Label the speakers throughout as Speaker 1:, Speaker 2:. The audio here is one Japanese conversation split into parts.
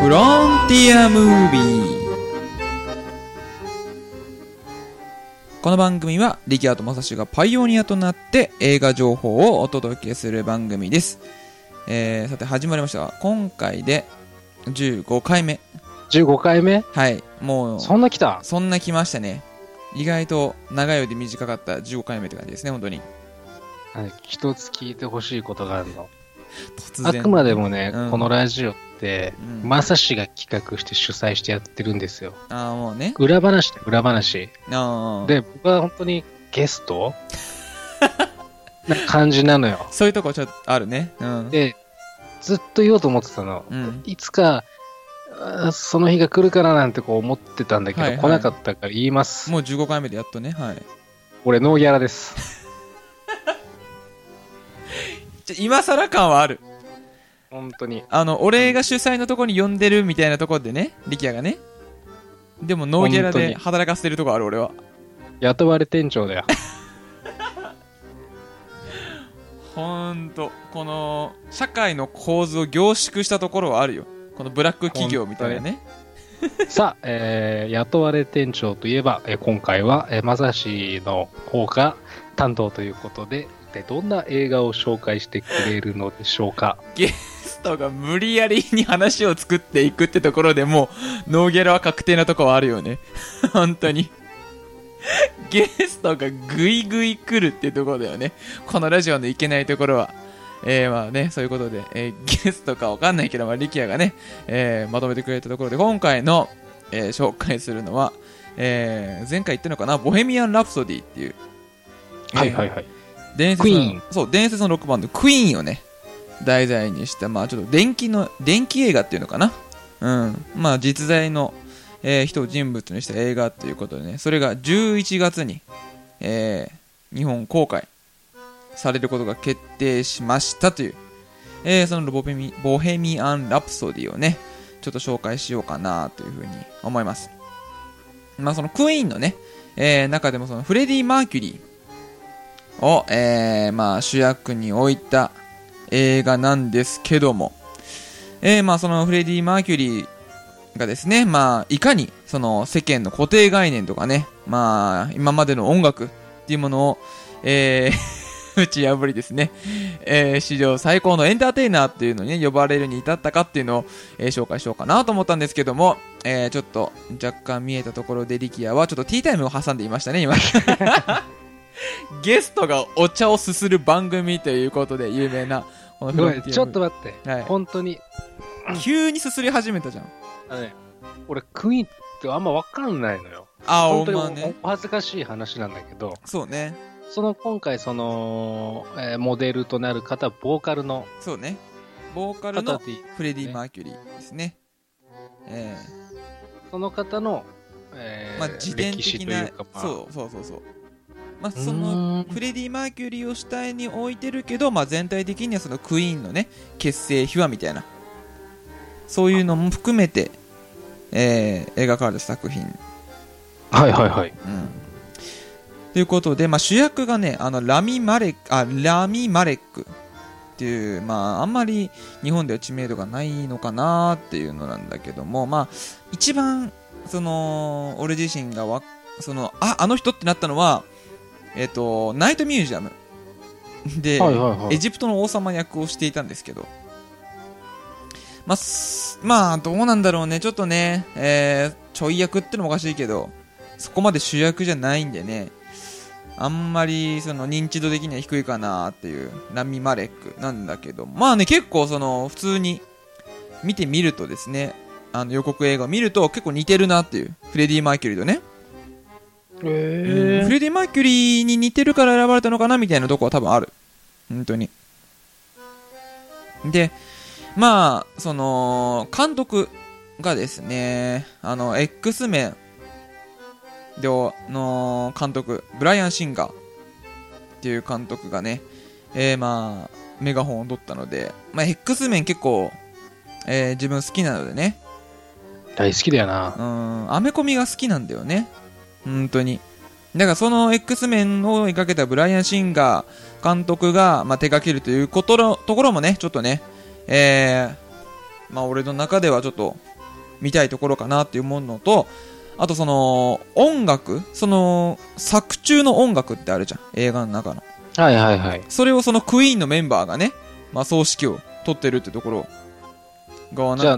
Speaker 1: フロンティアムービーこの番組は力也と正志がパイオニアとなって映画情報をお届けする番組です、えー、さて始まりましたが今回で15回目
Speaker 2: 15回目
Speaker 1: はいもう
Speaker 2: そんな来た
Speaker 1: そんな来ましたね意外と長いようで短かった15回目って感じですね本当に
Speaker 2: あ一つ聞いてほしいことがあるの。
Speaker 1: 突
Speaker 2: あ
Speaker 1: 然
Speaker 2: くまでもね、
Speaker 1: うん
Speaker 2: このラジオって、
Speaker 1: うん
Speaker 2: まさしが企画して主催してやってるんですよ。
Speaker 1: ああもうね
Speaker 2: 裏話だよ裏話。
Speaker 1: あで
Speaker 2: で、僕は本当にゲスト な感じなのよ。
Speaker 1: そういうとこちょっとあるねうん
Speaker 2: で、ずっと言おうと思ってたの。
Speaker 1: うん
Speaker 2: いつか、あーその日が来るからなんてこう思ってたんだけど、
Speaker 1: はいはい
Speaker 2: 来なかったから言います。
Speaker 1: もう15回目でやっとねはい
Speaker 2: 俺、ノーギャラです。
Speaker 1: ちょ今更感はある
Speaker 2: 本当に。
Speaker 1: あの俺が主催のとこに呼んでるみたいなとこでね力也がねでもノーギャラ
Speaker 2: 本当
Speaker 1: で
Speaker 2: に
Speaker 1: 働かせてるとこある俺は
Speaker 2: 雇われ店長だよ。
Speaker 1: ほんとこの社会の構図を凝縮したところはあるよこのブラック企業みたいなね
Speaker 2: さあ、えー雇われ店長といえば、えー今回は、えー、まさしの方が担当ということで、でどんな映画を紹介してくれるのでしょうか。
Speaker 1: ゲストが無理やりに話を作っていくってところでもうノーギャラは確定なとこはあるよね 本当にゲストがグイグイ来るってところだよねこのラジオのいけないところはえー、まあねそういうことで、えーゲストかわかんないけど、まあ、力也がね、えーまとめてくれたところで今回の、えー紹介するのは、えー前回言ったのかな「ボヘミアン・ラプソディ」っていう
Speaker 2: はいはいはい。
Speaker 1: 伝説
Speaker 2: クイ
Speaker 1: の
Speaker 2: ーン
Speaker 1: そう伝説の6番のクイーンをね題材にしたまあちょっと電気の電気映画っていうのかなうんまあ実在の、えー人を人物にした映画ということでねそれが11月に、えー日本公開されることが決定しましたという、えーそのボヘミボヘミアン・ラプソディをねちょっと紹介しようかなというふうに思いますまあそのクイーンのね、えー中でもそのフレディ・マーキュリーを、えーまあ、主役に置いた映画なんですけども、えーまあ、そのフレディ・マーキュリーがですね、まあ、いかにその世間の固定概念とかね、まあ、今までの音楽っていうものを、えー 打ち破りですね、えー史上最高のエンターテイナーっていうのに、ね、呼ばれるに至ったかっていうのを、えー紹介しようかなと思ったんですけども、えーちょっと若干見えたところで力也はちょっとティータイムを挟んでいましたね今 ゲストがお茶をすする番組ということで有名なこの
Speaker 2: す
Speaker 1: フロ
Speaker 2: ご
Speaker 1: ンティア
Speaker 2: い、
Speaker 1: ム
Speaker 2: ちょっと待って。
Speaker 1: はい
Speaker 2: 本当に、
Speaker 1: 急にすすり始めたじゃん
Speaker 2: あのね俺、クイーンってあんまわかんないのよ。
Speaker 1: あ
Speaker 2: 本
Speaker 1: お
Speaker 2: 当に
Speaker 1: まあ
Speaker 2: お,、
Speaker 1: ね
Speaker 2: 恥ずかしい話なんだけど、
Speaker 1: そうね
Speaker 2: その今回、その、えーモデルとなる方、ボーカルの
Speaker 1: そうねボーカル
Speaker 2: 方
Speaker 1: の
Speaker 2: でいい、
Speaker 1: フレディ・マーキュリーですねえ
Speaker 2: その方の、え
Speaker 1: え
Speaker 2: ー
Speaker 1: まあ自伝
Speaker 2: 歴史
Speaker 1: 的
Speaker 2: とい
Speaker 1: な
Speaker 2: うか、まあ、
Speaker 1: そうそうそうそうまあ
Speaker 2: うーん。
Speaker 1: そのフレディ・マーキュリーを主体に置いてるけど、まあ、全体的にはそのクイーンのね結成秘話みたいなそういうのも含めて、えー描かれた作品
Speaker 2: はいはいはい。
Speaker 1: うんということで、まあ、主役がね、あのラミ・マレック、あ、ラミ・マレックっていう、まあ、あんまり日本では知名度がないのかなっていうのなんだけども、まあ、一番、その、俺自身がわ、その、あ、あの人ってなったのは、えっ、と、ナイトミュージアムで、
Speaker 2: はいはいはい
Speaker 1: エジプトの王様役をしていたんですけど、まあ、すまあ、どうなんだろうね、ちょっとね、えーちょい役ってのもおかしいけど、そこまで主役じゃないんでね、あんまりその認知度的には低いかなっていう、ラミ・マレックなんだけど、まあね、結構その、普通に見てみるとですね、あの予告映画を見ると結構似てるなっていう、フレディ・マーキュリーとね、うんフレディ・マーキュリーに似てるから選ばれたのかなみたいなとこは多分ある。本当に。で、まあ、その、監督がですね、あの、X メンで、の、監督、ブライアン・シンガーっていう監督がね、えーまあ、メガホンを取ったので、まあ、X メン結構、えー自分好きなのでね、
Speaker 2: 大好きだよな。
Speaker 1: うん、アメコミが好きなんだよね。本当に。だからその X メンを追いかけたブライアン・シンガー監督が、まあ、手掛けるということのところもね、ちょっとね、えー、まあ俺の中ではちょっと見たいところかなっていうものと、あとその、音楽、その、作中の音楽ってあるじゃん、映画の中の。
Speaker 2: はいはいはい。
Speaker 1: それをそのクイーンのメンバーがね、まあ、葬式を取ってるってところがはな
Speaker 2: じゃあ、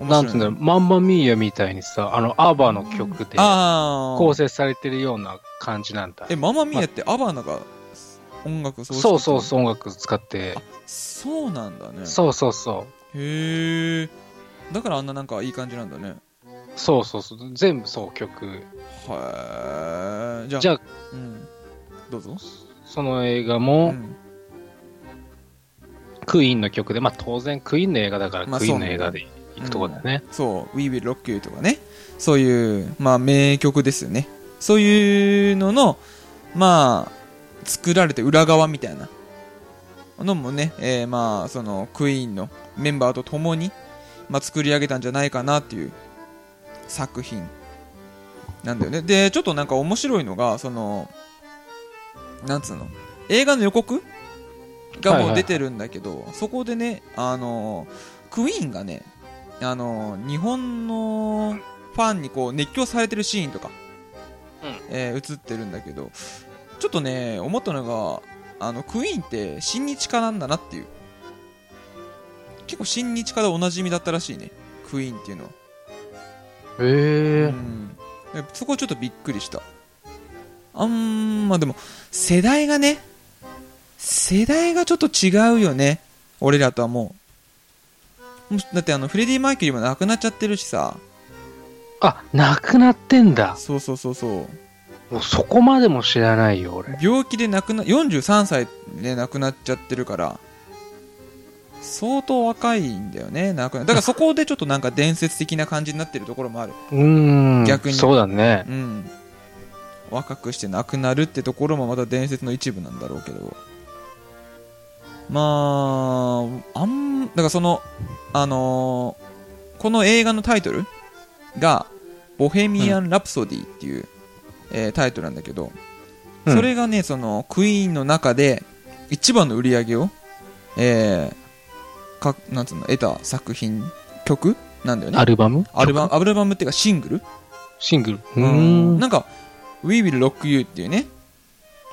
Speaker 1: 面
Speaker 2: な
Speaker 1: 白い
Speaker 2: んつうんだろう、マンマミーヤみたいにさ、あの、アーバーの曲で
Speaker 1: ああ
Speaker 2: 構成されてるような感じなんだ
Speaker 1: え。ママミヤってアバナが音楽葬式
Speaker 2: そうそう
Speaker 1: う
Speaker 2: そう、音楽使って。
Speaker 1: そうなんだね
Speaker 2: そうそうそう。
Speaker 1: へえだからあんななんかいい感じなんだね
Speaker 2: そうそうそう。全部そう、曲。
Speaker 1: はいじゃあ
Speaker 2: じゃあ、
Speaker 1: うん、どうぞ、
Speaker 2: その映画
Speaker 1: う
Speaker 2: も、
Speaker 1: ん、
Speaker 2: クイーンの曲で、まあ当然クイーンの映画だから、
Speaker 1: まあ
Speaker 2: クイーンの映画で行くとこだよね。
Speaker 1: そう We Will Rock You とかねそういうまあ名曲ですよねそういうののまあ作られて裏側みたいなのもね、えーまあそのクイーンのメンバーと共に、まあ、作り上げたんじゃないかなっていう作品なんだよねでちょっとなんか面白いのがそのなんつうの映画の予告がもう出てるんだけど、そこでねあのクイーンがねあの日本のファンにこう熱狂されてるシーンとか、
Speaker 2: うん
Speaker 1: えー映ってるんだけどちょっとね思ったのがあのクイーンって親日家なんだなっていう結構親日家でおなじみだったらしいねクイーンっていうのは、
Speaker 2: へ
Speaker 1: う
Speaker 2: え。
Speaker 1: ん、そこちょっとびっくりしたあんまでも世代がね世代がちょっと違うよね俺らとはもうもうだってあのフレディ・マーキュリーも亡くなっちゃってるしさ
Speaker 2: あ、なくなってんだ。
Speaker 1: そうそうそうそう
Speaker 2: もうそこまでも知らないよ、俺。
Speaker 1: 病気で亡くな43歳で亡くなっちゃってるから相当若いんだよね亡くなだからそこでちょっとなんか伝説的な感じになってるところもある
Speaker 2: うーん。
Speaker 1: 逆に
Speaker 2: そうだね。
Speaker 1: うん若くして亡くなるってところもまた伝説の一部なんだろうけどまああんだからそのあのーこの映画のタイトルが「ボヘミアン・ラプソディ」っていう、えータイトルなんだけど、
Speaker 2: うん
Speaker 1: それがね、そのクイーンの中で一番の売り上げを、えーかなんつうの得た作品、曲なんだよね。
Speaker 2: アルバム
Speaker 1: アルバムアルバムっていうかシングル、
Speaker 2: シングル。うーん。
Speaker 1: なんか、We Will Rock You っていうね、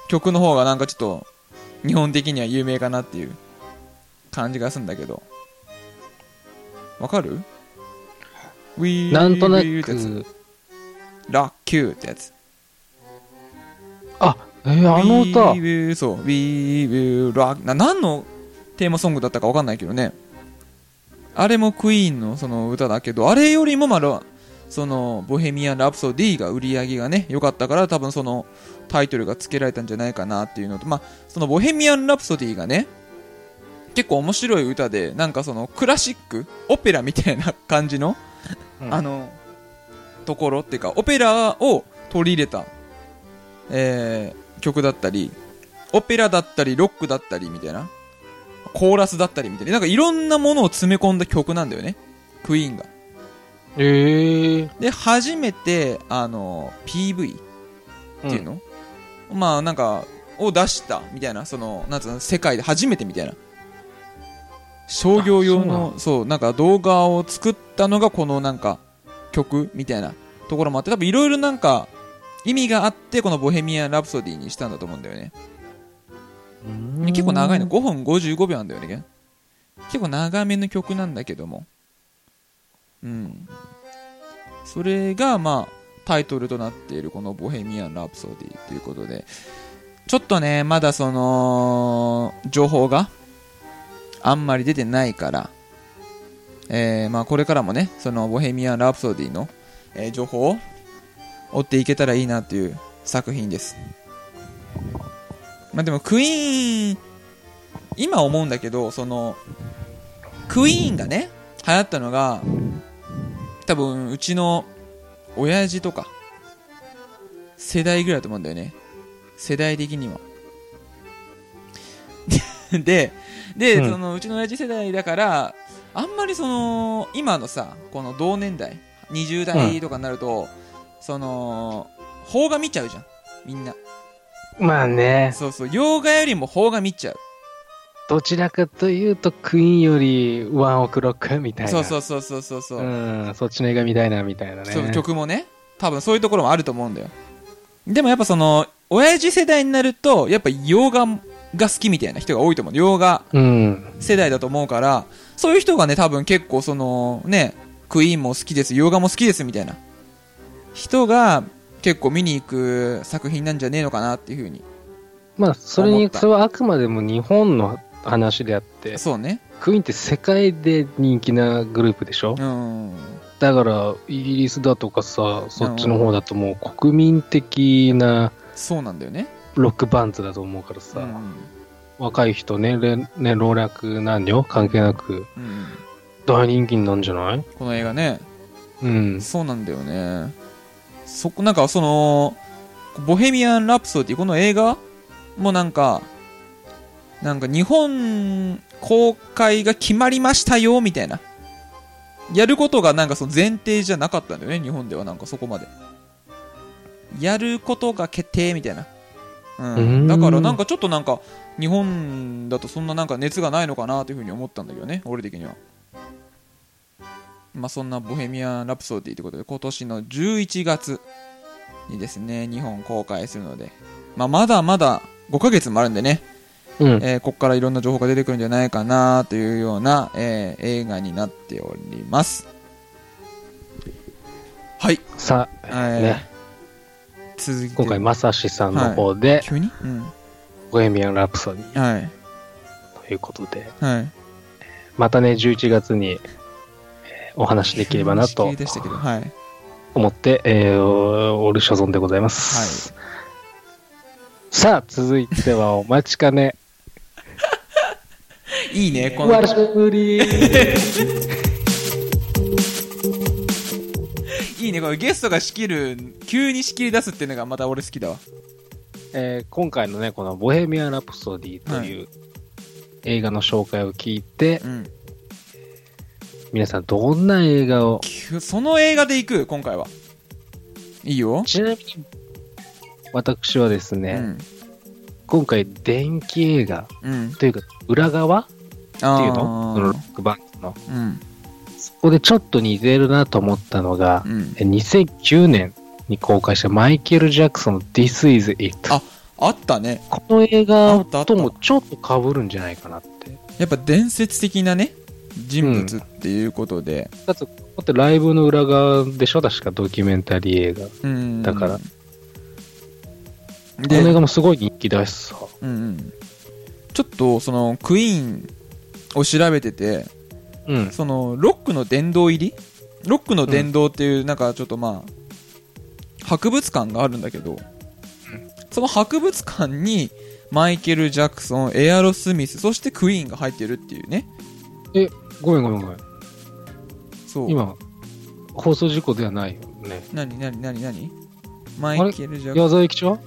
Speaker 1: 曲の方がなんかちょっと日本的には有名かなっていう感じがするんだけど。わかる ?We
Speaker 2: なんとな
Speaker 1: Will You ってやつ。
Speaker 2: く、
Speaker 1: Rock You ってやつ。
Speaker 2: あ、えー、あの歌
Speaker 1: We。will, そう、We will rock な、何のテーマソングだったか分かんないけどね。あれもクイーンのその歌だけど、あれよりもまだ、その、ボヘミアン・ラプソディが売り上げがね、良かったから、多分その、タイトルが付けられたんじゃないかなっていうのと、まあ、そのボヘミアン・ラプソディがね、結構面白い歌で、なんかその、クラシック、オペラみたいな感じの、
Speaker 2: うん
Speaker 1: あの、ところっていうか、オペラを取り入れた、えー曲だったり、オペラだったり、ロックだったりみたいな、コーラスだったりみたいな、なんかいろんなものを詰め込んだ曲なんだよね、クイーンが。
Speaker 2: ええ。
Speaker 1: で、初めて、あの、PV っていうの、まあなんか、を出したみたいな、その、なんつうの、世界で初めてみたいな。商業用の、そう、なんか動画を作ったのがこのなんか、曲みたいなところもあって、多分いろいろなんか、意味があって、このボヘミアン・ラプソディにしたんだと思うんだよね。
Speaker 2: うん
Speaker 1: 結構長いの、5分55秒なんだよね。結構長めの曲なんだけども。うん。それが、まあ、タイトルとなっているこのボヘミアン・ラプソディということで、ちょっとね、まだその、情報があんまり出てないから、えーまあこれからもね、そのボヘミアン・ラプソディの、えー情報を追っていけたらいいなという作品です。まあでもクイーン、今思うんだけど、その、クイーンがね、流行ったのが、多分うちの親父とか、世代ぐらいだと思うんだよね。世代的には。 で、で、
Speaker 2: うん
Speaker 1: そのうちの親父世代だから、あんまりその、今のさ、この同年代、20代とかになると、その、邦画見ちゃうじゃん、みんな。
Speaker 2: まあね。
Speaker 1: そうそう、洋画よりも邦画見ちゃう。
Speaker 2: どちらかというと、クイーンよりワンオクロックみたいな。
Speaker 1: そうそうそうそうそうそう、
Speaker 2: うん、そっちの映画見たいな、みたいなね。
Speaker 1: そう曲もね多分そういうところもあると思うんだよでもやっぱその親父世代になるとやっぱ洋画が好きみたいな人が多いと思う洋画
Speaker 2: うん。
Speaker 1: 世代だと思うからそういう人がね多分結構そのねクイーンも好きです洋画も好きですみたいな人が結構見に行く作品なんじゃねえのかなっていうふうに
Speaker 2: まあ、それ
Speaker 1: 思っ
Speaker 2: に、
Speaker 1: た
Speaker 2: それはあくまでも日本の話であって、
Speaker 1: そうね
Speaker 2: クイーンって世界で人気なグループでしょ
Speaker 1: うん
Speaker 2: だから、イギリスだとかさ、そっちの方だともう国民的な
Speaker 1: そうなんだよね
Speaker 2: ロックバンドだと思うから
Speaker 1: う
Speaker 2: さ、
Speaker 1: ん
Speaker 2: 若い人ね、れね老若男女関係なく
Speaker 1: うん
Speaker 2: 大人気になるんじゃない
Speaker 1: この映画ね
Speaker 2: うん。
Speaker 1: そうなんだよねそこなんかそのボヘミアン・ラプソディこの映画もなんかなんか日本公開が決まりましたよみたいなやることがなんかその前提じゃなかったんだよね日本ではなんかそこまでやることが決定みたいな、うん
Speaker 2: うーん
Speaker 1: だからなんかちょっとなんか日本だとそんななんか熱がないのかなというふうに思ったんだけどね俺的にはまあ、そんな「ボヘミアン・ラプソディ」ということで今年の11月にですね日本公開するので、まあ、まだまだ5ヶ月もあるんでね、
Speaker 2: うん。
Speaker 1: えーここからいろんな情報が出てくるんじゃないかなというような、えー映画になっておりますはい、
Speaker 2: さ
Speaker 1: え
Speaker 2: あ、
Speaker 1: ー
Speaker 2: ね、
Speaker 1: 続いて
Speaker 2: 今回、まさしさんの方で、
Speaker 1: 急にうん
Speaker 2: ボヘミアン・ラプソディ
Speaker 1: はい
Speaker 2: ということで、
Speaker 1: はい
Speaker 2: またね、11月に、えーお話しできればな
Speaker 1: 急
Speaker 2: と
Speaker 1: にでしたけどはい
Speaker 2: 思って、えー、おおる所存でございます。さあ、続いてはお待ちかね。
Speaker 1: いいねこの
Speaker 2: 久しぶり
Speaker 1: いいねこのゲストが仕切る急に仕切り出すっていうのがまた俺好きだわ
Speaker 2: えー今回のね、このボヘミアン・ラプソディという映画の紹介を聞いて、
Speaker 1: うん
Speaker 2: 皆さんどんな映画を、
Speaker 1: 急その映画で行く今回はいいよ、
Speaker 2: ちなみに、私はです
Speaker 1: う
Speaker 2: ね、
Speaker 1: ん
Speaker 2: 今回電気映画
Speaker 1: うん
Speaker 2: というか裏側って
Speaker 1: あ
Speaker 2: いう
Speaker 1: ー
Speaker 2: のそのロックバンドの。
Speaker 1: うん
Speaker 2: そこでちょっと似てるなと思ったのが
Speaker 1: う、ん
Speaker 2: え2009年に公開したマイケル・ジャクソンの This is It。
Speaker 1: ああったね
Speaker 2: この映
Speaker 1: あ
Speaker 2: 画
Speaker 1: ったあった
Speaker 2: ともちょっと被るんじゃないかなって。
Speaker 1: やっぱ伝説的なね人物っていうことで、
Speaker 2: だって、だってライブの裏側でしょ確かドキュメンタリー映画。こ
Speaker 1: うん、
Speaker 2: だからの
Speaker 1: で、
Speaker 2: 映画もすごい人気だしさ。
Speaker 1: うんうん、ちょっとそのクイーンを調べてて
Speaker 2: うん。
Speaker 1: そのロックの殿堂入りロックの殿堂っていうなんかちょっとまあ博物館があるんだけどその博物館にマイケル・ジャクソンエアロスミスそしてクイーンが入ってるっていうね
Speaker 2: ごめんごめんごめん。
Speaker 1: そう
Speaker 2: 今、放送事故ではないよね。
Speaker 1: 何何何何マイケル・ジャクソン
Speaker 2: 矢沢駅長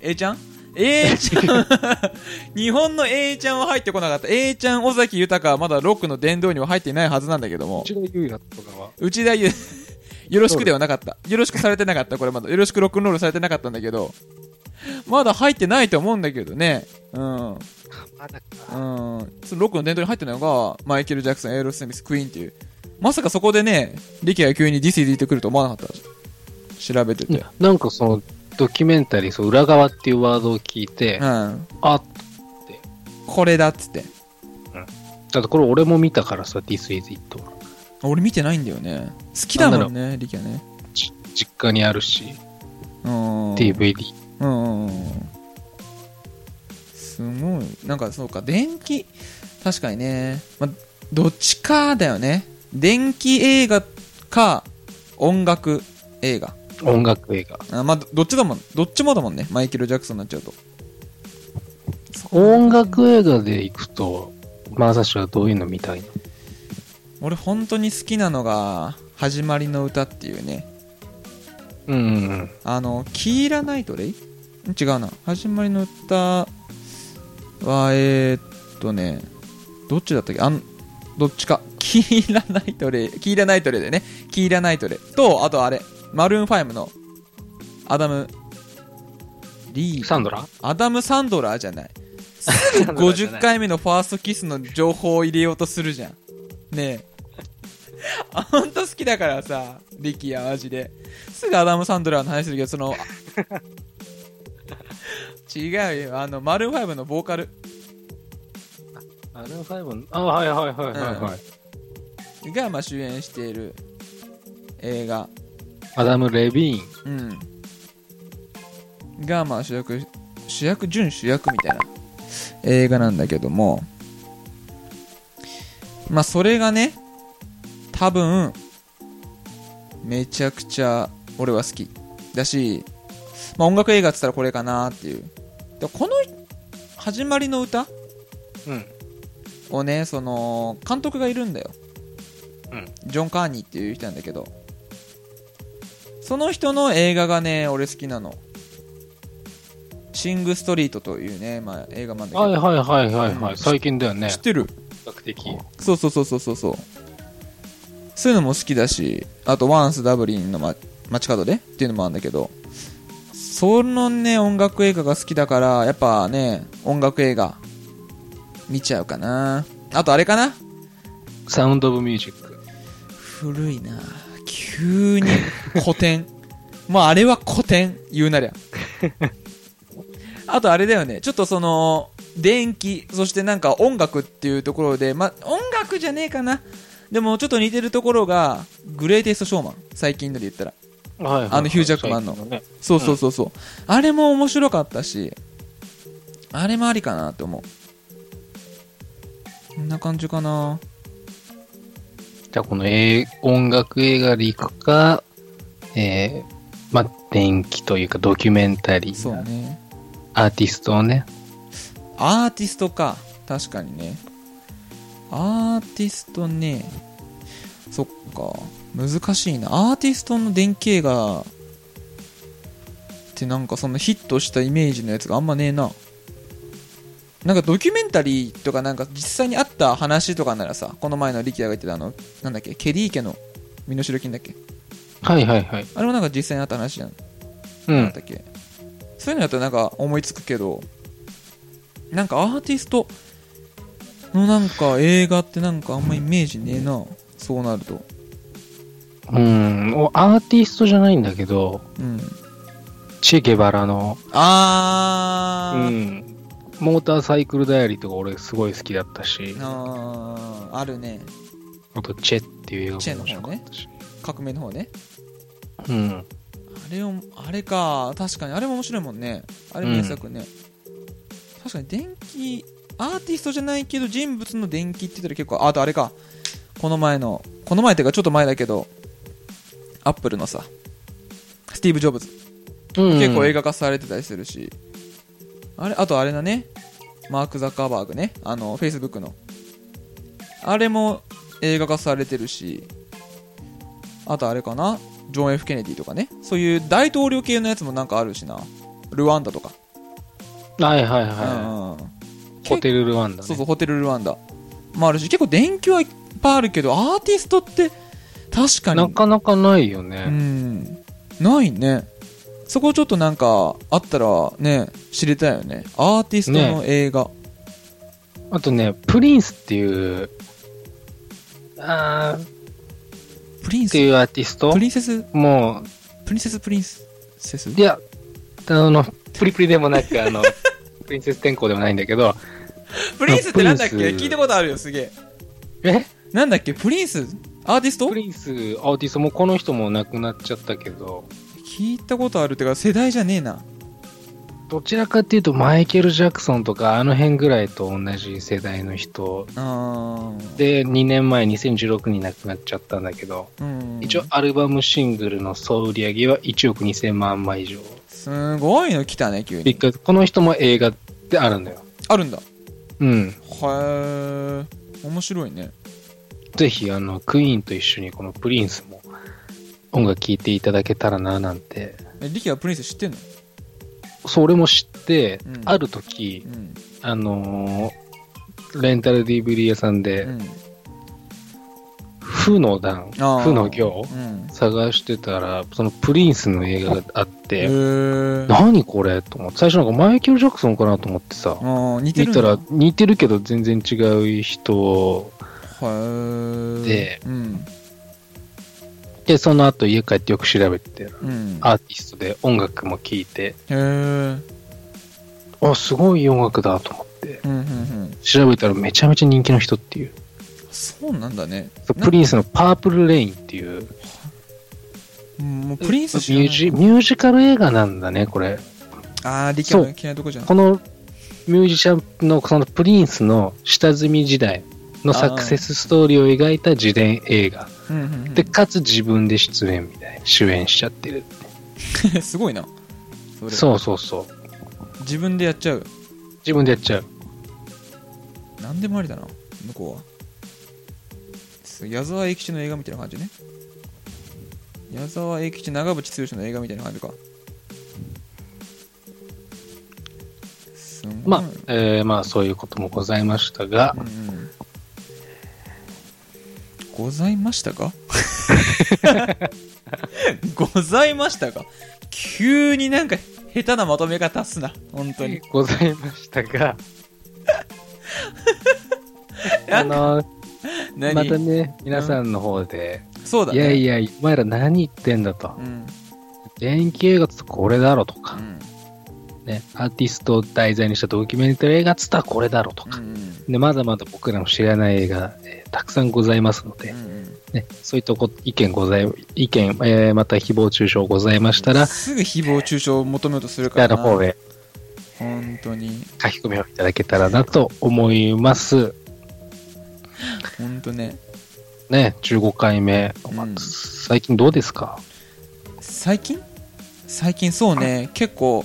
Speaker 1: えーちゃんえーちゃん 日本のえーちゃんは入ってこなかったえーちゃん尾崎豊はまだロックの殿堂には入っていないはずなんだけども
Speaker 2: 内田優也とかは。
Speaker 1: 内田ゆ よろしくではなかった。よろしくされてなかった、これまだ。よろしくロックンロールされてなかったんだけど。まだ入ってないと思うんだけどね。うん。うん。
Speaker 2: まだ
Speaker 1: そのロックの伝統に入ってないのが、マイケル・ジャクソン、エーロス・スミス、クイーンっていう。まさかそこでね、リキが急に This is It 来ると思わなかった。調べてて。
Speaker 2: なんかその、ドキュメンタリー、そう裏側っていうワードを聞いて、
Speaker 1: うん。
Speaker 2: あ、
Speaker 1: これだっつって。
Speaker 2: だってこれ俺も見たからさ、This is It は。
Speaker 1: 俺見てないんだよね。好きだもんね、リキはね。
Speaker 2: じ実家にあるし、
Speaker 1: うん。
Speaker 2: DVD。
Speaker 1: うんうんうんうんすごいなんかそうか電気確かにね、まあ、どっちかだよね電気映画か音楽映画
Speaker 2: 音楽映画。
Speaker 1: あまあどどっちだもんどっちもだもんねマイケル・ジャクソンになっちゃうと
Speaker 2: 音楽映画で行くと、まさしはどういうの見たいの
Speaker 1: 俺本当に好きなのが「始まりの歌」っていうね
Speaker 2: うんうんうん。
Speaker 1: あのキーラ・ナイトレイ違うな始まりの歌はえー、っとねどっちだったっけあんどっちかキーラ・ナイトレイキーラ・ナイトレイでねキーラ・ナイトレイとあとあれマルーン5のアダムリー
Speaker 2: サンドラ
Speaker 1: アダム・サンドラーじゃない50回目のファーストキスの情報を入れようとするじゃん。ねえ。あほんと好きだからさ、リキやマジで。すぐアダム・サンドラーの話するけど、そ の、違うよ。あの、マルーン5のボーカル
Speaker 2: あれは最後の、あ、はいはいはいはい、はい
Speaker 1: が、まあ、主演している映画。
Speaker 2: アダム・レビーン。
Speaker 1: うん。が、まあ、主役、主役、準主役みたいな映画なんだけども、まあ、それがね、多分、めちゃくちゃ俺は好き。だし、まあ、音楽映画って言ったらこれかなっていう。でこの、始まりの歌
Speaker 2: うん。
Speaker 1: をね、その、監督がいるんだよ。
Speaker 2: うん
Speaker 1: ジョン・カーニーっていう人なんだけど、その人の映画がね、俺好きなの。シング・ストリートというね、まあ映画なんだ
Speaker 2: はい
Speaker 1: け
Speaker 2: はいはいはいは
Speaker 1: うん
Speaker 2: い。最近だよ
Speaker 1: ど。
Speaker 2: ね
Speaker 1: 知っ。てる
Speaker 2: 比較的。
Speaker 1: そうそうそうそうそうそう。そういうのも好きだし、あと、ワンス・ダブリンの、ま、街角でっていうのもあるんだけど、そのね、音楽映画が好きだから、やっぱね、音楽映画、見ちゃうかな。あと、あれかな
Speaker 2: サウンド・オブ・ミュージック。
Speaker 1: 古いな急に 古典まああれは古典言うなりゃあとあれだよねちょっとその電気そしてなんか音楽っていうところでまあ音楽じゃねえかなでもちょっと似てるところがグレイテストショーマン最近ので言ったら
Speaker 2: はいはいはい
Speaker 1: あのヒュージャックマンの
Speaker 2: 最近ね
Speaker 1: そうそうそうそう、あれも面白かったしあれもありかなと思うこんな感じかな
Speaker 2: じゃあこの映音楽映画で行くか、えー、まあ、電気というかドキュメンタリー
Speaker 1: そう
Speaker 2: な
Speaker 1: ね
Speaker 2: アーティストをね。
Speaker 1: アーティストか確かにねアーティストねそっか難しいなアーティストの電気映画ってなんかそのヒットしたイメージのやつがあんまねえななんかドキュメンタリーとかなんか実際にあった話とかならさこの前の力也が言ってたあのなんだっけケリー家の身代金だっけ
Speaker 2: はいはいはい。
Speaker 1: あれもなんか実際にあった話じゃん
Speaker 2: う
Speaker 1: なん
Speaker 2: ん。
Speaker 1: だっけ、そういうのやったらなんか思いつくけどなんかアーティストのなんか映画ってなんかあんまイメージねえなそうなると
Speaker 2: うん。おアーティストじゃないんだけど、
Speaker 1: うん
Speaker 2: チェ・ゲバラの、う
Speaker 1: あー、
Speaker 2: ん。モーターサイクルダイアリーとか俺すごい好きだったし、
Speaker 1: あーあるね
Speaker 2: あとチェっていう映画も面白かったし。
Speaker 1: 革命の方ね
Speaker 2: うん。
Speaker 1: あれをあれか確かにあれも面白いもんねあれ名作ね、確かに電気アーティストじゃないけど人物の電気って言ったら結構あとあれかこの前のこの前っていうかちょっと前だけどアップルのさスティーブ・ジョブズ
Speaker 2: うん
Speaker 1: 結構映画化されてたりするし、あれあとあれだねマーク・ザッカーバーグねあのフェイスブックのあれも映画化されてるしあとあれかなジョン・ F ・ケネディとかねそういう大統領系のやつもなんかあるしなルワンダとか、
Speaker 2: はいはいは
Speaker 1: うんうん
Speaker 2: い。ホテル・ルワンダ、ね。
Speaker 1: そうそうホテルルワンダもあるし結構電気はいっぱいあるけどアーティストって確かに
Speaker 2: なかなかないよ
Speaker 1: う
Speaker 2: ね。
Speaker 1: んないねそこちょっとなんかあったらね知りたいよねアーティストの映画、
Speaker 2: あとね、プリンスっていう、あー、
Speaker 1: プリン
Speaker 2: っ
Speaker 1: ス
Speaker 2: ていうアーティスト
Speaker 1: プリンセス
Speaker 2: も
Speaker 1: プリンセスプリンセス
Speaker 2: う、いや、あの、プリプリでもなく、あ の、プリンセス天候でもないんだけど、
Speaker 1: プリンスってなんだっけ
Speaker 2: プリンス
Speaker 1: 聞いたことあるよすげえ
Speaker 2: え
Speaker 1: なんだっけプリンスアーティスト
Speaker 2: プリンス、アーティストもこの人も亡くなっちゃったけど、
Speaker 1: 聞いたことあるってか世代じゃねえな
Speaker 2: どちらかっていうとマイケル・ジャクソンとかあの辺ぐらいと同じ世代の人
Speaker 1: あー
Speaker 2: で、2年前、2016に亡くなっちゃったんだけど、
Speaker 1: うん
Speaker 2: 一応アルバムシングルの総売り上げは1億2000万枚以上。
Speaker 1: すごいの来たね急
Speaker 2: 一
Speaker 1: に
Speaker 2: 回この人も映画ってあるんだよ。
Speaker 1: あるんだへ
Speaker 2: うん。
Speaker 1: え面白いね
Speaker 2: ぜひ、あの、クイーンと一緒にこのプリンスも音楽聴いていただけたらななんて。
Speaker 1: えリキはプリンス知ってんの
Speaker 2: それも知って、
Speaker 1: うん
Speaker 2: ある時
Speaker 1: う、ん
Speaker 2: あのーレンタル DVD 屋さん
Speaker 1: う
Speaker 2: で、
Speaker 1: ん
Speaker 2: 負の段、
Speaker 1: あー
Speaker 2: 負の行を
Speaker 1: うん
Speaker 2: 探してたら、そのプリンスの映画があっ
Speaker 1: へ
Speaker 2: って、
Speaker 1: ー
Speaker 2: 何これと思って、最初なんかマイケル・ジャクソンかなと思ってさ、
Speaker 1: あー似て
Speaker 2: 見
Speaker 1: るん
Speaker 2: た
Speaker 1: だ
Speaker 2: ら似てるけど全然違う人
Speaker 1: はい
Speaker 2: で
Speaker 1: うん
Speaker 2: で、その後家帰ってよく調べて、
Speaker 1: うん
Speaker 2: アーティストで音楽も聴い
Speaker 1: へ
Speaker 2: て、
Speaker 1: え
Speaker 2: あ、すごいいい音楽だと思って、
Speaker 1: うんうんうん
Speaker 2: 調べたらめちゃめちゃ人気の人っていう。
Speaker 1: そうなんだね
Speaker 2: そうプリンスのパープルレインっていう
Speaker 1: うんもうプリンス知らない
Speaker 2: ミュージミュージカル映画なんだね、これ。
Speaker 1: ああ理解の嫌いなとこじゃん
Speaker 2: このミュージシャンのそのプリンスの下積み時代のサクセスストーリーを描いた自伝映画。
Speaker 1: うんうん
Speaker 2: で、かつ自分で出演みたいな、主演しちゃってる。
Speaker 1: うん すごいなそれ
Speaker 2: そうそうそう。
Speaker 1: 自分でやっちゃう
Speaker 2: 自分でやっちゃう。
Speaker 1: 何でもありだな向こうはそう矢沢永吉の映画みたいな感じね矢沢永吉長渕剛の映画みたいな感じかすごい
Speaker 2: まあ、えーまあそういうこともございましたが
Speaker 1: う、んうんございました かございましたか急になんか下手なまとめ方すな本当に、
Speaker 2: ございましたがあの
Speaker 1: 何、
Speaker 2: またね、皆さんの方で、
Speaker 1: そうだ
Speaker 2: い
Speaker 1: ね
Speaker 2: やいや、お前ら何言ってんだと
Speaker 1: う。ん
Speaker 2: 電気映画っつったらこれだろと
Speaker 1: う
Speaker 2: か、
Speaker 1: ん
Speaker 2: ね、アーティストを題材にしたドキュメンタリー映画っつったらこれだろと
Speaker 1: う
Speaker 2: か、
Speaker 1: ん
Speaker 2: でまだまだ僕らの知らない映画、えーたくさんございますので
Speaker 1: う、ん
Speaker 2: ね、そういったこ意見ござい、意見、えーまた誹謗中傷ございましたら、
Speaker 1: すぐ誹謗中傷を求めようとするか
Speaker 2: 下
Speaker 1: ら
Speaker 2: の
Speaker 1: な
Speaker 2: 方へ
Speaker 1: 本当に
Speaker 2: 書き込みをいただけたらなと思います。
Speaker 1: 本当ね
Speaker 2: ね、15回目、
Speaker 1: うん
Speaker 2: 最近どうですか
Speaker 1: 最近最近そうね結構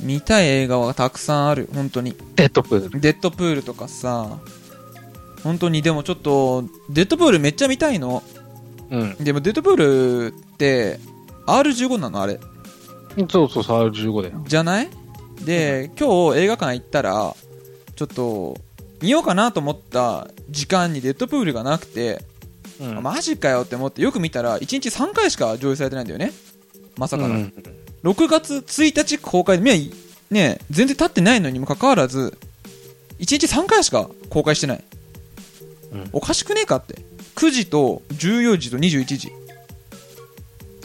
Speaker 1: 見たい映画はたくさんある本当に
Speaker 2: デッドプール。
Speaker 1: デッドプールとかさ本当にでもちょっとデッドプールめっちゃ見たいの
Speaker 2: うん。
Speaker 1: でもデッドプールって R15 なのあれ
Speaker 2: そうそうそう、R15 だよ。
Speaker 1: じゃないで今日映画館行ったらちょっと見ようかなと思った時間にデッドプールがなくて、
Speaker 2: うん
Speaker 1: マジかよって思ってよく見たら1日3回しか上映されてないんだよねまさか
Speaker 2: う
Speaker 1: の、
Speaker 2: ん
Speaker 1: 6月1日公開で、ねね、全然経ってないのにもかかわらず1日3回しか公開してない
Speaker 2: うん
Speaker 1: おかしくねえかって9時と14時と21時、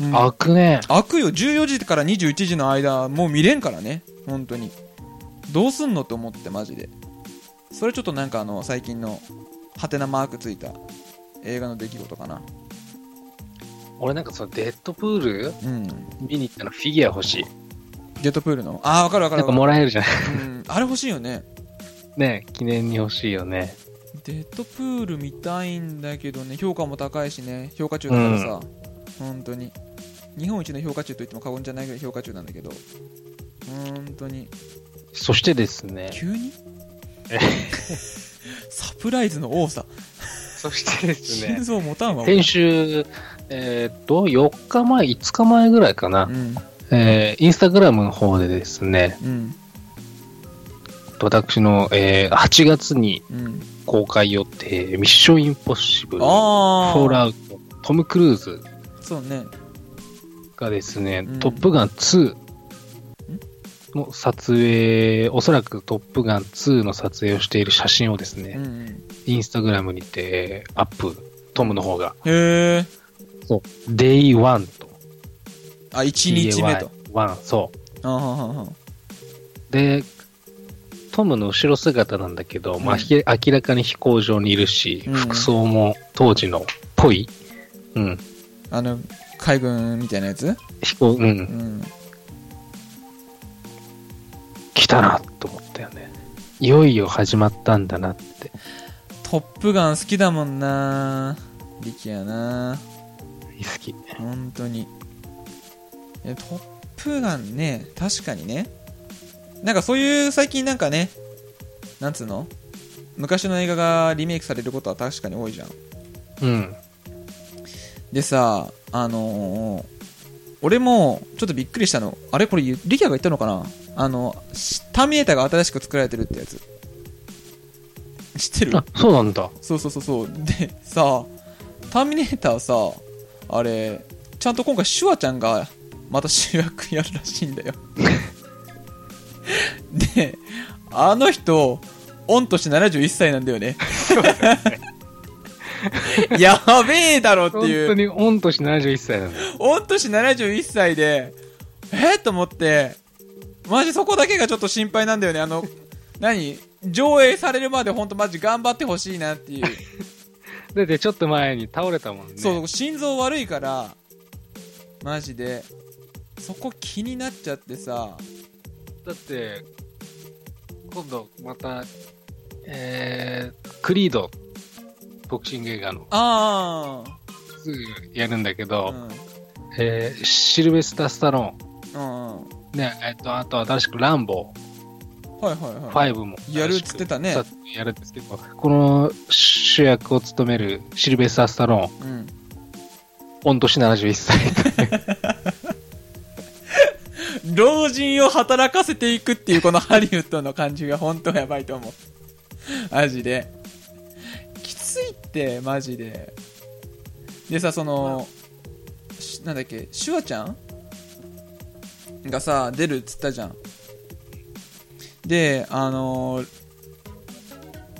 Speaker 1: うん、
Speaker 2: 開くね。
Speaker 1: 悪よ14時から21時の間もう見れんからね本当にどうすんのと思ってマジでそれちょっとなんかあの最近のハテナマークついた映画の出来事かな
Speaker 2: 俺なんかそのデッドプール
Speaker 1: うん
Speaker 2: 見に行ったのフィギュア欲しい。
Speaker 1: ジェットプールのああ分かる分か
Speaker 2: な
Speaker 1: る分
Speaker 2: んか
Speaker 1: か
Speaker 2: もらえる じゃん。
Speaker 1: る、うん、あれ欲しいよね
Speaker 2: ね記念に欲しいよね。
Speaker 1: デッドプール見たいんだけどね評価も高いしね評価中だからさ、本当に日本一の評価中と言っても過言じゃないぐらい評価中なんだけど本当に
Speaker 2: そしてですね、
Speaker 1: 急に
Speaker 2: え
Speaker 1: サプライズの多さ
Speaker 2: そしてです
Speaker 1: 心
Speaker 2: ね、
Speaker 1: 臓持たんわ俺
Speaker 2: 先週、えーっと、4日前、5日前ぐらいかな
Speaker 1: う、ん
Speaker 2: えーインスタグラムの方でですね、
Speaker 1: うん
Speaker 2: 私の、えー8月に
Speaker 1: うん
Speaker 2: 公開予定、ミッションインポッシブル、フォ
Speaker 1: あ
Speaker 2: ール
Speaker 1: あ
Speaker 2: アウト、トム・クルーズ
Speaker 1: そうね
Speaker 2: がですね、
Speaker 1: うん
Speaker 2: トップガン2の撮影、おそらくトップガン2の撮影をしている写真をですね、
Speaker 1: うんうん
Speaker 2: インスタグラムにてアップ、トムの方が、
Speaker 1: へえ
Speaker 2: デイ1と。
Speaker 1: あ1日目と。
Speaker 2: 1、そ
Speaker 1: あははは
Speaker 2: う。で、トムの後ろ姿なんだけど、まあ、
Speaker 1: うん
Speaker 2: ひ明らかに飛行場にいるし、
Speaker 1: うん
Speaker 2: 服装も当時のっぽい。うん。
Speaker 1: あの海軍みたいなやつ
Speaker 2: 飛行、う。
Speaker 1: うんん
Speaker 2: 来たなと思ったよね。いよいよ始まったんだなって。
Speaker 1: トップガン好きだもんな力やな
Speaker 2: 好き。
Speaker 1: 本当にえトップガンね確かにねなんかそういう最近なんかねなんつうの昔の映画がリメイクされることは確かに多いじゃん
Speaker 2: うん。
Speaker 1: でさあのー俺もちょっとびっくりしたのあれこれゆリキャが言ったのかなあのしターミネーターが新しく作られてるってやつ知ってる
Speaker 2: あ、そうなんだ。
Speaker 1: そうそうそうそうでさターミネーターさあれちゃんと今回シュワちゃんがまた主役やるらしいんだよ であの人御年71歳なんだよね やべえだろって
Speaker 2: 本
Speaker 1: い
Speaker 2: 当
Speaker 1: う
Speaker 2: に御年71歳なんだよ。
Speaker 1: 御年71歳でえっと思ってマジそこだけがちょっと心配なんだよねあの何上映されるまで本当マジ頑張ってほしいなっていう、
Speaker 2: だってちょっと前に倒れたもんね。
Speaker 1: そう心臓悪いからマジでそこ気になっちゃってさ
Speaker 2: だって、今度また、えー、クリード、ボクシング映画の、
Speaker 1: あ
Speaker 2: すぐやるんだけ
Speaker 1: あう
Speaker 2: ど、
Speaker 1: ん
Speaker 2: えーシルベスター・スタロ
Speaker 1: うんうん
Speaker 2: ーン、ね、えっと、あと新しくランボ
Speaker 1: はいはい
Speaker 2: ー、
Speaker 1: はい
Speaker 2: 5も。
Speaker 1: やるっつってたね
Speaker 2: 新しくやるんですけど、この主役を務めるシルベスター・スタロー
Speaker 1: う
Speaker 2: ン、
Speaker 1: ん
Speaker 2: 御年71歳。
Speaker 1: 老人を働かせていくっていうこのハリウッドの感じが本当やばいと思う。マジで。きついって、マジで。でさ、その、しなんだっけ、シュワちゃんがさ、出るっつったじゃん。で、あのー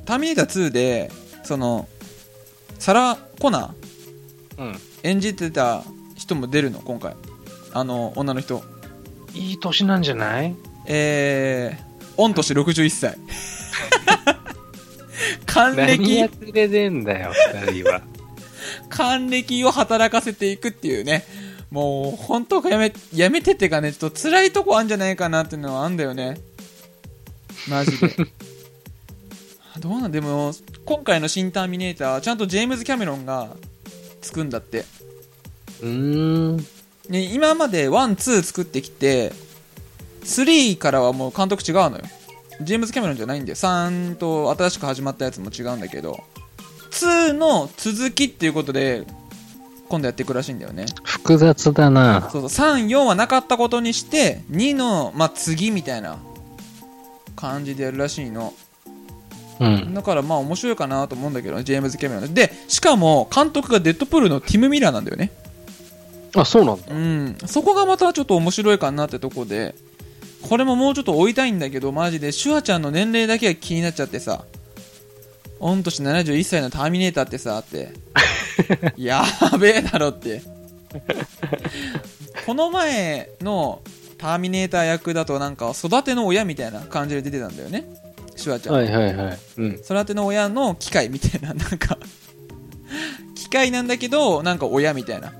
Speaker 1: ターミネーター2で、その、サラ・コナー
Speaker 2: うん。
Speaker 1: 演じてた人も出るの、今回。あの、女の人。
Speaker 2: いい年なんじゃない
Speaker 1: えー、御年61歳。 還
Speaker 2: 何やっ
Speaker 1: 暦、
Speaker 2: てでんだよ、二人は。
Speaker 1: 還暦を働かせていくっていうね。もう、本当かやめ、やめてってかね、ちょっと辛いとこあんじゃないかなっていうのはあんだよね。マジ で。どうなんでも、今回の新ターミネーター、ちゃんとジェームズ・キャメロンが作んだって。
Speaker 2: うーん。
Speaker 1: ね、今まで1、2作ってきて、3からはもう監督違うのよ。ジェームズ・キャメロンじゃないんだよ。3と新しく始まったやつも違うんだけど、2の続きっていうことで、今度やっていくらしいんだよね。
Speaker 2: 複雑だな。
Speaker 1: そうそう、3、4はなかったことにして、2の、まあ、次みたいな感じでやるらしいの。
Speaker 2: うん。
Speaker 1: だからまあ面白いかなと思うんだけどね、ジェームズ・キャメロン。で、しかも監督がデッドプールのティム・ミラーなんだよね。
Speaker 2: あ、そうなんだ
Speaker 1: う。ん、そこがまたちょっと面白いかなってとこで、これももうちょっと追いたいんだけど、マジで、シュワちゃんの年齢だけが気になっちゃってさ、御年71歳のターミネーターってさ、 って、やべえだろって。この前のターミネーター役だとなんか育ての親みたいな感じで出てたんだよね、シュワちゃん。
Speaker 2: はいはいはい。うん。
Speaker 1: 育ての親の機械みたいな、なんか、 機械なんだけど、なんか親みたいな。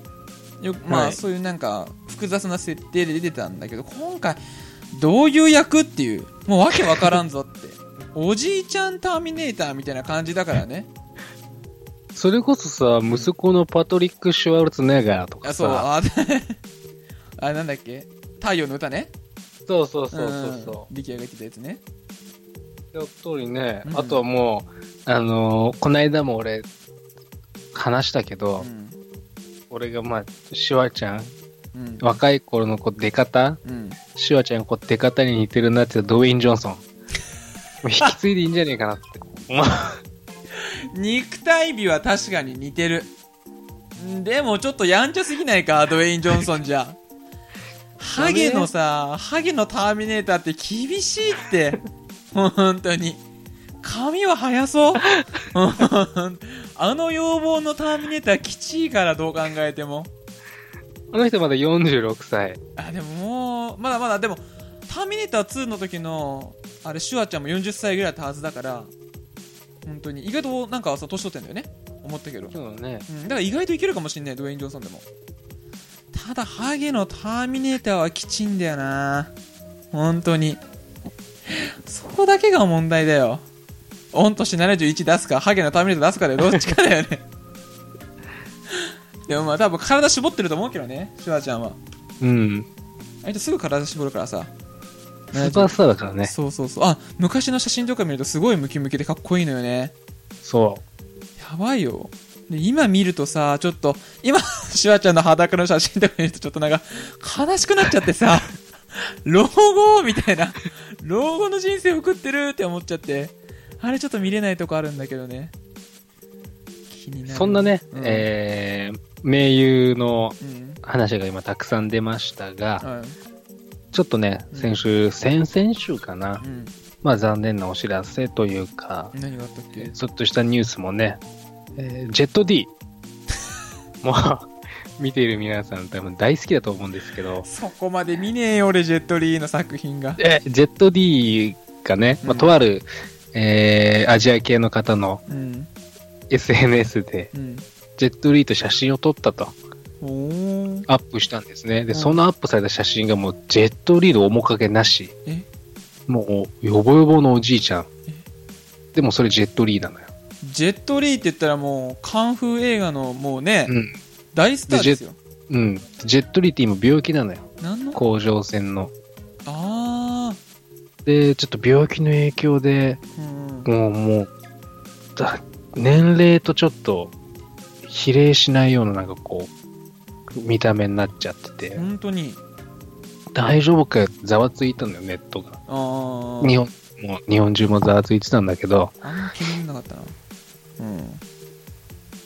Speaker 1: よまあ、
Speaker 2: はい
Speaker 1: そういうなんか、複雑な設定で出てたんだけど、今回、どういう役っていう、もうわけわからんぞって。 おじいちゃんターミネーターみたいな感じだからね。
Speaker 2: それこそさ、息子のパトリック・シュワルツェネッガーとか
Speaker 1: あ、そう、
Speaker 2: さ。
Speaker 1: あ、 あなんだっけ太陽の歌ね。
Speaker 2: そうそうそうそうそ
Speaker 1: ん出来上がってたやつね。
Speaker 2: う。やっとりね
Speaker 1: う、ん
Speaker 2: あとはもう、あのー、こないだも俺、話したけ
Speaker 1: う
Speaker 2: ど、
Speaker 1: ん。
Speaker 2: 俺がまあ、シュワちゃん、
Speaker 1: うん。
Speaker 2: 若い頃のこう出方、
Speaker 1: うん。
Speaker 2: シュワちゃんがこう出方に似てるなって言ったドウェイン・ジョンソン。もう引き継いでいいんじゃねえかなって。まあ、
Speaker 1: 肉体美は確かに似てるんでもちょっとやんちゃすぎないかドウェイン・ジョンソンじゃハゲのさハゲのターミネーターって厳しいって本当に髪は早そうあの要望のターミネーターきちいからどう考えても
Speaker 2: あの人まだ46歳。
Speaker 1: あでももうまだまだでもターミネーター2の時のあれシュワちゃんも40歳ぐらいだったはずだから本当に意外となんかさ年取ってんだよね思ったけど
Speaker 2: そうだね。
Speaker 1: うん、だから意外といけるかもしんない、ドウェイン・ジョンソンでも。ただ、ハゲのターミネーターはきちいんだよな。本当に。そこだけが問題だよ。御年71出すか、ハゲのターミネーター出すかで、どっちかだよね。 でもまあ、多分体絞ってると思うけどね、シュワちゃんは。
Speaker 2: うん。
Speaker 1: あいつすぐ体絞るからさ。
Speaker 2: スーパースターだからね。
Speaker 1: そうそうそう。あ、昔の写真とか見るとすごいムキムキでかっこいいのよね。
Speaker 2: そう。
Speaker 1: やばいよ。で、今見るとさ、ちょっと、今、 シュワちゃんの裸の写真とか見ると、ちょっとなんか、悲しくなっちゃってさ、 老後みたいな、老後の人生を送ってるって思っちゃって、あれちょっと見れないとこあるんだけどね。気になる。
Speaker 2: そんなね、
Speaker 1: うん
Speaker 2: えー名優の
Speaker 1: うん
Speaker 2: 話が今たくさん出ましたが、
Speaker 1: はい
Speaker 2: ちょっとね、
Speaker 1: うん
Speaker 2: 先週、先々週かな
Speaker 1: う、ん
Speaker 2: まあ残念なお知らせというか、
Speaker 1: 何があったっけ
Speaker 2: ちょっとしたニュースもね、えージェ ット D。もう、見ている皆さん多分大好きだと思うんですけど、
Speaker 1: そこまで見ねえよ俺ジェットリーの作品が
Speaker 2: えジェット D がね、ま
Speaker 1: う
Speaker 2: あ、
Speaker 1: ん
Speaker 2: とある、えーアジア系の方の
Speaker 1: うん
Speaker 2: SNS で、
Speaker 1: うん
Speaker 2: ジェット D と写真を撮ったと
Speaker 1: おー
Speaker 2: アップしたんですね。で、
Speaker 1: うん
Speaker 2: そのアップされた写真がもう、ジェットリーの面影なし。
Speaker 1: え
Speaker 2: もう、よぼよぼのおじいちゃん。でもそれジェットリーなのよ。
Speaker 1: ジェットリーって言ったらもうカンフー映画のもうね、
Speaker 2: うん。
Speaker 1: 大スターですよ
Speaker 2: うん。ジェットリーって今病気なのよ。
Speaker 1: 何の
Speaker 2: 甲状腺の。
Speaker 1: ああ
Speaker 2: で、ちょっと病気の影響で、
Speaker 1: うん
Speaker 2: もう、もう、だ年齢とちょっと、比例しないような、なんかこう、見た目になっちゃってて、
Speaker 1: 本当に
Speaker 2: 大丈夫かよってざわついたんだよ、ネットが。
Speaker 1: ああ
Speaker 2: 日本、もう日本中もざわついてたんだけど、
Speaker 1: あんま気にならなかったな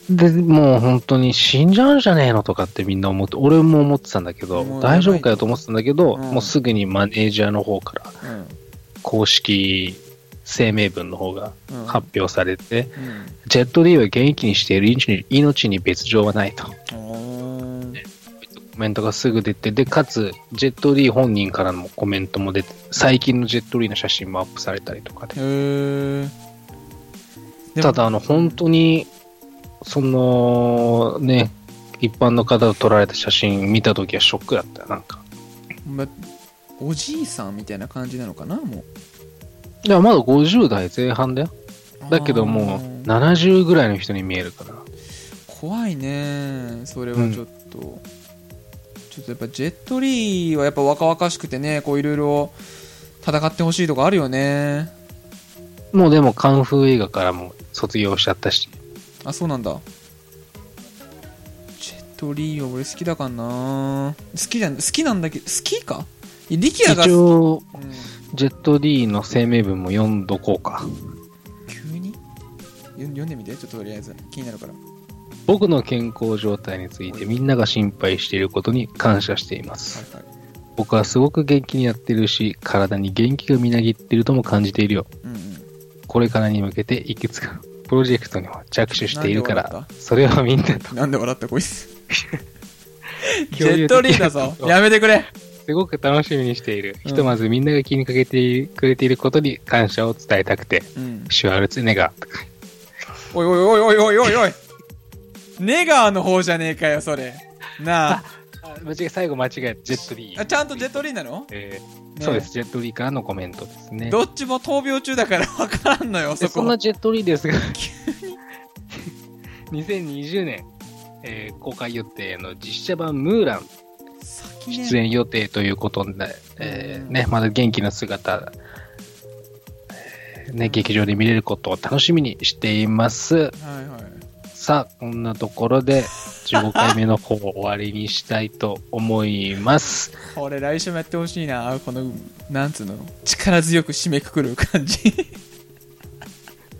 Speaker 1: うん
Speaker 2: で、もう本当に死んじゃうんじゃねえのとかってみんな思って、俺も思ってたんだけ
Speaker 1: も
Speaker 2: ど、
Speaker 1: う
Speaker 2: 大丈夫かよと思ってたんだけど、
Speaker 1: うん
Speaker 2: もうすぐにマネージャーの方から、
Speaker 1: うん
Speaker 2: 公式声明文の方が
Speaker 1: うん
Speaker 2: 発表されて、
Speaker 1: うん
Speaker 2: ジェット D は現役にしている命に命に別状はないと。
Speaker 1: おー
Speaker 2: コメントがすぐ出て、で、かつ、ジェット D 本人からのコメントも出て、最近のジェット D の写真もアップされたりとかで。
Speaker 1: へえ
Speaker 2: ただ、あの、本当に、その、ね、一般の方と撮られた写真見たときはショックだったよなんか。
Speaker 1: まおじいさんみたいな感じなのかなも
Speaker 2: いや、まだ50代前半だよ。
Speaker 1: う
Speaker 2: だけど
Speaker 1: あ
Speaker 2: もう、
Speaker 1: ー
Speaker 2: 70ぐらいの人に見えるから。
Speaker 1: 怖いねそれはちょっと、ちょっとやっぱジェットリーはやっぱ若々しくてねこういろいろ戦ってほしいとかあるよね
Speaker 2: もうでも、カンフー映画からも卒業しちゃったし。
Speaker 1: あそうなんだジェットリーは俺好きだからな好きじゃん好きなんだけど好きかいやリキアが
Speaker 2: 一
Speaker 1: 好
Speaker 2: 応、
Speaker 1: き、うん
Speaker 2: ジェット D の声明文も読んどこうか。
Speaker 1: 急によ読んでみてちょっととりあえず気になるから
Speaker 2: 僕の健康状態についてみんなが心配していることに感謝しています。
Speaker 1: はいはい
Speaker 2: 僕はすごく元気になってるし、体に元気がみなぎってるとも感じているよ。
Speaker 1: うんうん
Speaker 2: これからに向けていくつか プロジェクトにも着手しているか
Speaker 1: なんで
Speaker 2: ら
Speaker 1: 笑っ、
Speaker 2: それはみん なと
Speaker 1: なんで笑ったこいつ ジェットリーだぞやめてくれ
Speaker 2: すごく楽しみにしている。
Speaker 1: うん
Speaker 2: ひとまずみんなが気にかけてくれていることに感謝を伝えたくて、
Speaker 1: うん
Speaker 2: シュワルツェネッガーとか。
Speaker 1: おいおいおいおいおいおいおいネガーの方じゃねえかよそれなあ
Speaker 2: あ間違え、最後間違え、ジェットリ
Speaker 1: あ
Speaker 2: ー。
Speaker 1: ちゃんとジェットリーなの、
Speaker 2: えー
Speaker 1: ね
Speaker 2: そうです、ジェットリーからのコメントですね。
Speaker 1: どっちも闘病中だから分からんのよ
Speaker 2: で
Speaker 1: そ
Speaker 2: そ
Speaker 1: こ
Speaker 2: んなジェットリーです が、2020年、えー公開予定の実写版ムーラン
Speaker 1: 先ね
Speaker 2: 出演予定ということで、えーね、まだ元気な姿、えーね、劇場で見れることを楽しみにしています。
Speaker 1: はいはい
Speaker 2: さあ、こんなところで15回目の方を終わりにしたいと思います。
Speaker 1: これ来週もやってほしいなこのなんつうの力強く締めくくる感じ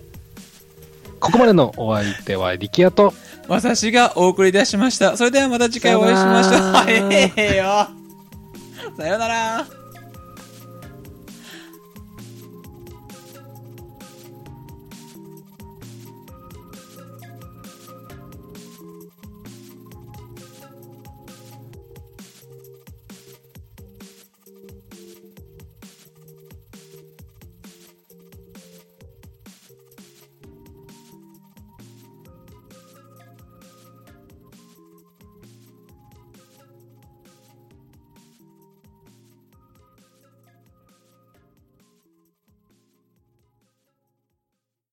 Speaker 2: ここまでのお相手は力也と、
Speaker 1: 私がお送りい たしましたそれではまた次回お会いしましょう
Speaker 2: さよなら
Speaker 1: 早えよさよなら